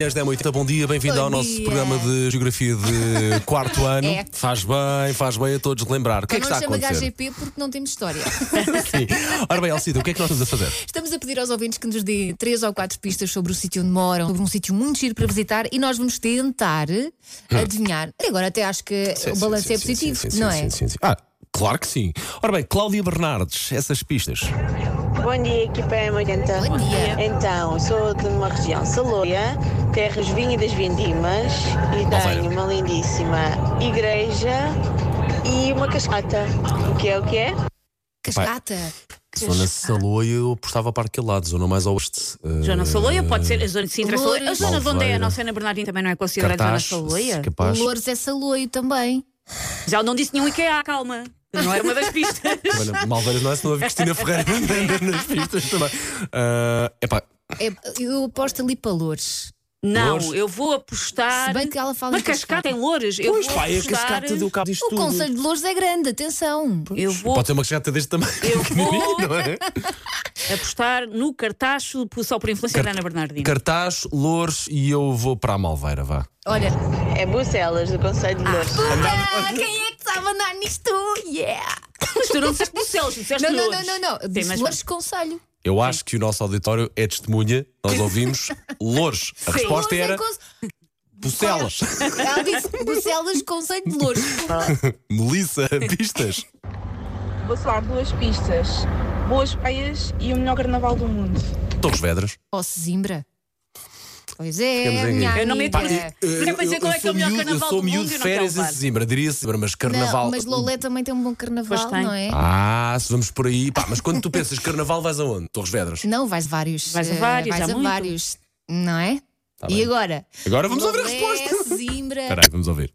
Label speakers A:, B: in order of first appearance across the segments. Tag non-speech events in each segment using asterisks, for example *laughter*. A: Às 10h80, bom dia, bem-vindo
B: Bom
A: ao nosso
B: dia.
A: programa de Geografia
B: *laughs*
A: de quarto ano.
B: É.
A: Faz bem, faz bem a todos lembrar. O que é que
B: Mas
A: está a
B: não chama
A: acontecer?
B: HGP porque não temos
A: *laughs*
B: história. *laughs*
A: Sim. Ora bem, Alcida, o que é que nós estamos a fazer?
B: Estamos a pedir aos ouvintes que nos dê três ou quatro pistas sobre o sítio onde moram, sobre um sítio muito giro para visitar e nós vamos tentar adivinhar. E agora até acho que o balanço
A: Hum. Sim,
B: é
A: sim,
B: positivo,
A: sim, sim,
B: não
A: sim,
B: é?
A: sim, sim. Ah, claro que sim. Ora bem, Cláudia Bernardes, essas pistas.
C: Bom dia, equipa M80.
B: Bom dia.
C: Então, sou de uma região saloia, terras vinha das Vindimas, e
A: Oliveira.
C: tenho uma lindíssima igreja e uma cascata. O que é, o que é?
B: Cascata.
A: Zona Saloia, eu postava para aquele lado, zona mais oeste. Eh,
D: Zona Saloia pode ser a zona de Sintra
B: Loures.
D: Saloia. A zona de onde é
A: Malveira.
D: a nossa Ana Bernardinha também não é considerada
A: Cartaz,
D: Zona Saloia.
A: capaz.
B: Louros é Saloio também.
D: Já ela não disse nenhum IKEA, calma. Não era uma das
A: *laughs*
D: pistas.
A: Olha, Malveiras não é se não havia Cristina Ferreira *laughs* nas pistas também. Ah, epá,
B: É- eu aposto ali para Louros.
D: Não,
A: Loures.
D: eu vou apostar.
B: Se bem que ela fala
D: Uma
B: em cascata.
D: cascata em Louras. Eu
A: pois
D: vou
A: pá, é a
D: apostar.
A: cascata do cabo disto
B: O
A: tudo.
B: Conselho de Louros é grande, atenção.
D: Eu vou
A: Pode ser uma cascata deste tamanho. *laughs*
D: Eu vou-
A: não
D: *laughs*
A: é?
D: apostar no cartacho por- só por influência
A: Car-
D: da Ana Bernardinha.
A: Cartaz, Loures e eu vou para a Malveira, vá.
B: Olha,
C: É Bucelas, do Conselho de Lourdes.
B: ah, quem é que sabe andar nisto? Yeah!
D: Mas tu não disseste no Celos, tu disseste
B: Não, não, não,
D: Loures.
B: não, não.
D: Sim,
B: Disse
D: mas-
B: Loures Conselho.
A: Eu acho que o nosso auditório é testemunha, nós
D: *laughs*
A: ouvimos Loures. A resposta
B: Loures é
A: era
B: Conselho.
A: Bucelas.
B: Ela disse Bucelas, Conselho de Louros.
A: *laughs* Melissa, pistas.
E: Vou solar duas pistas, boas praias e o melhor carnaval do mundo.
A: Torres Vedras.
B: Ou Sesimbra. Pois
A: Ficamos
B: é,
A: aqui.
B: minha
D: Eu não me
B: amiga.
D: atrevo.
A: Eh,
D: Mas é para dizer qual é que é o
A: sou
D: melhor
A: miúdo-
D: carnaval
A: Eu sou
D: do mundo
A: miúdo
D: e
A: de
D: não quero
A: férias em
D: levar.
A: Zimbra, diria Zimbra, mas
B: Não,
A: carnaval.
B: mas Lolé também tem um bom carnaval,
D: Pois tem.
B: não é?
A: Ah, se vamos por aí. Pá, mas quando tu pensas carnaval, vais aonde? Torres Vedras.
B: Não, vais a vários.
D: Vais a
B: eh,
D: vários,
B: vais
D: há
B: a
D: muito.
B: vários. Não é?
A: Tá bem.
B: e agora?
A: Agora vamos ouvir a
B: Lolé,
A: resposta.
B: Sesimbra.
A: Espera aí, vamos ouvir.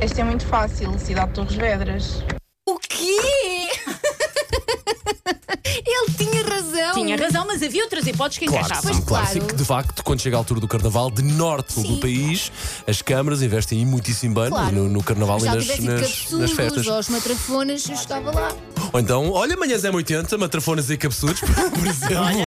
E: Esta é muito fácil, cidade de Torres Vedras.
B: O quê? *laughs* Ele tinha razão.
D: Tinha razão, mas havia outras hipóteses que
A: Claro,
D: encaixavam.
A: sim, claro.
B: Claro.
A: Sim, que de facto, quando chega a altura do carnaval, de norte
B: Sim.
A: do país, as câmaras investem muitíssimo bem
B: Claro.
A: no, no carnaval
B: Se
A: e
B: ela
A: nas,
B: tivesse ido
A: nas, nas
B: Cabeçudos
A: festas.
B: ou os matrafonas, eu estava lá.
A: Ou então, olha, amanhã é 80 matrafonas e cabeçudos, *laughs* por exemplo.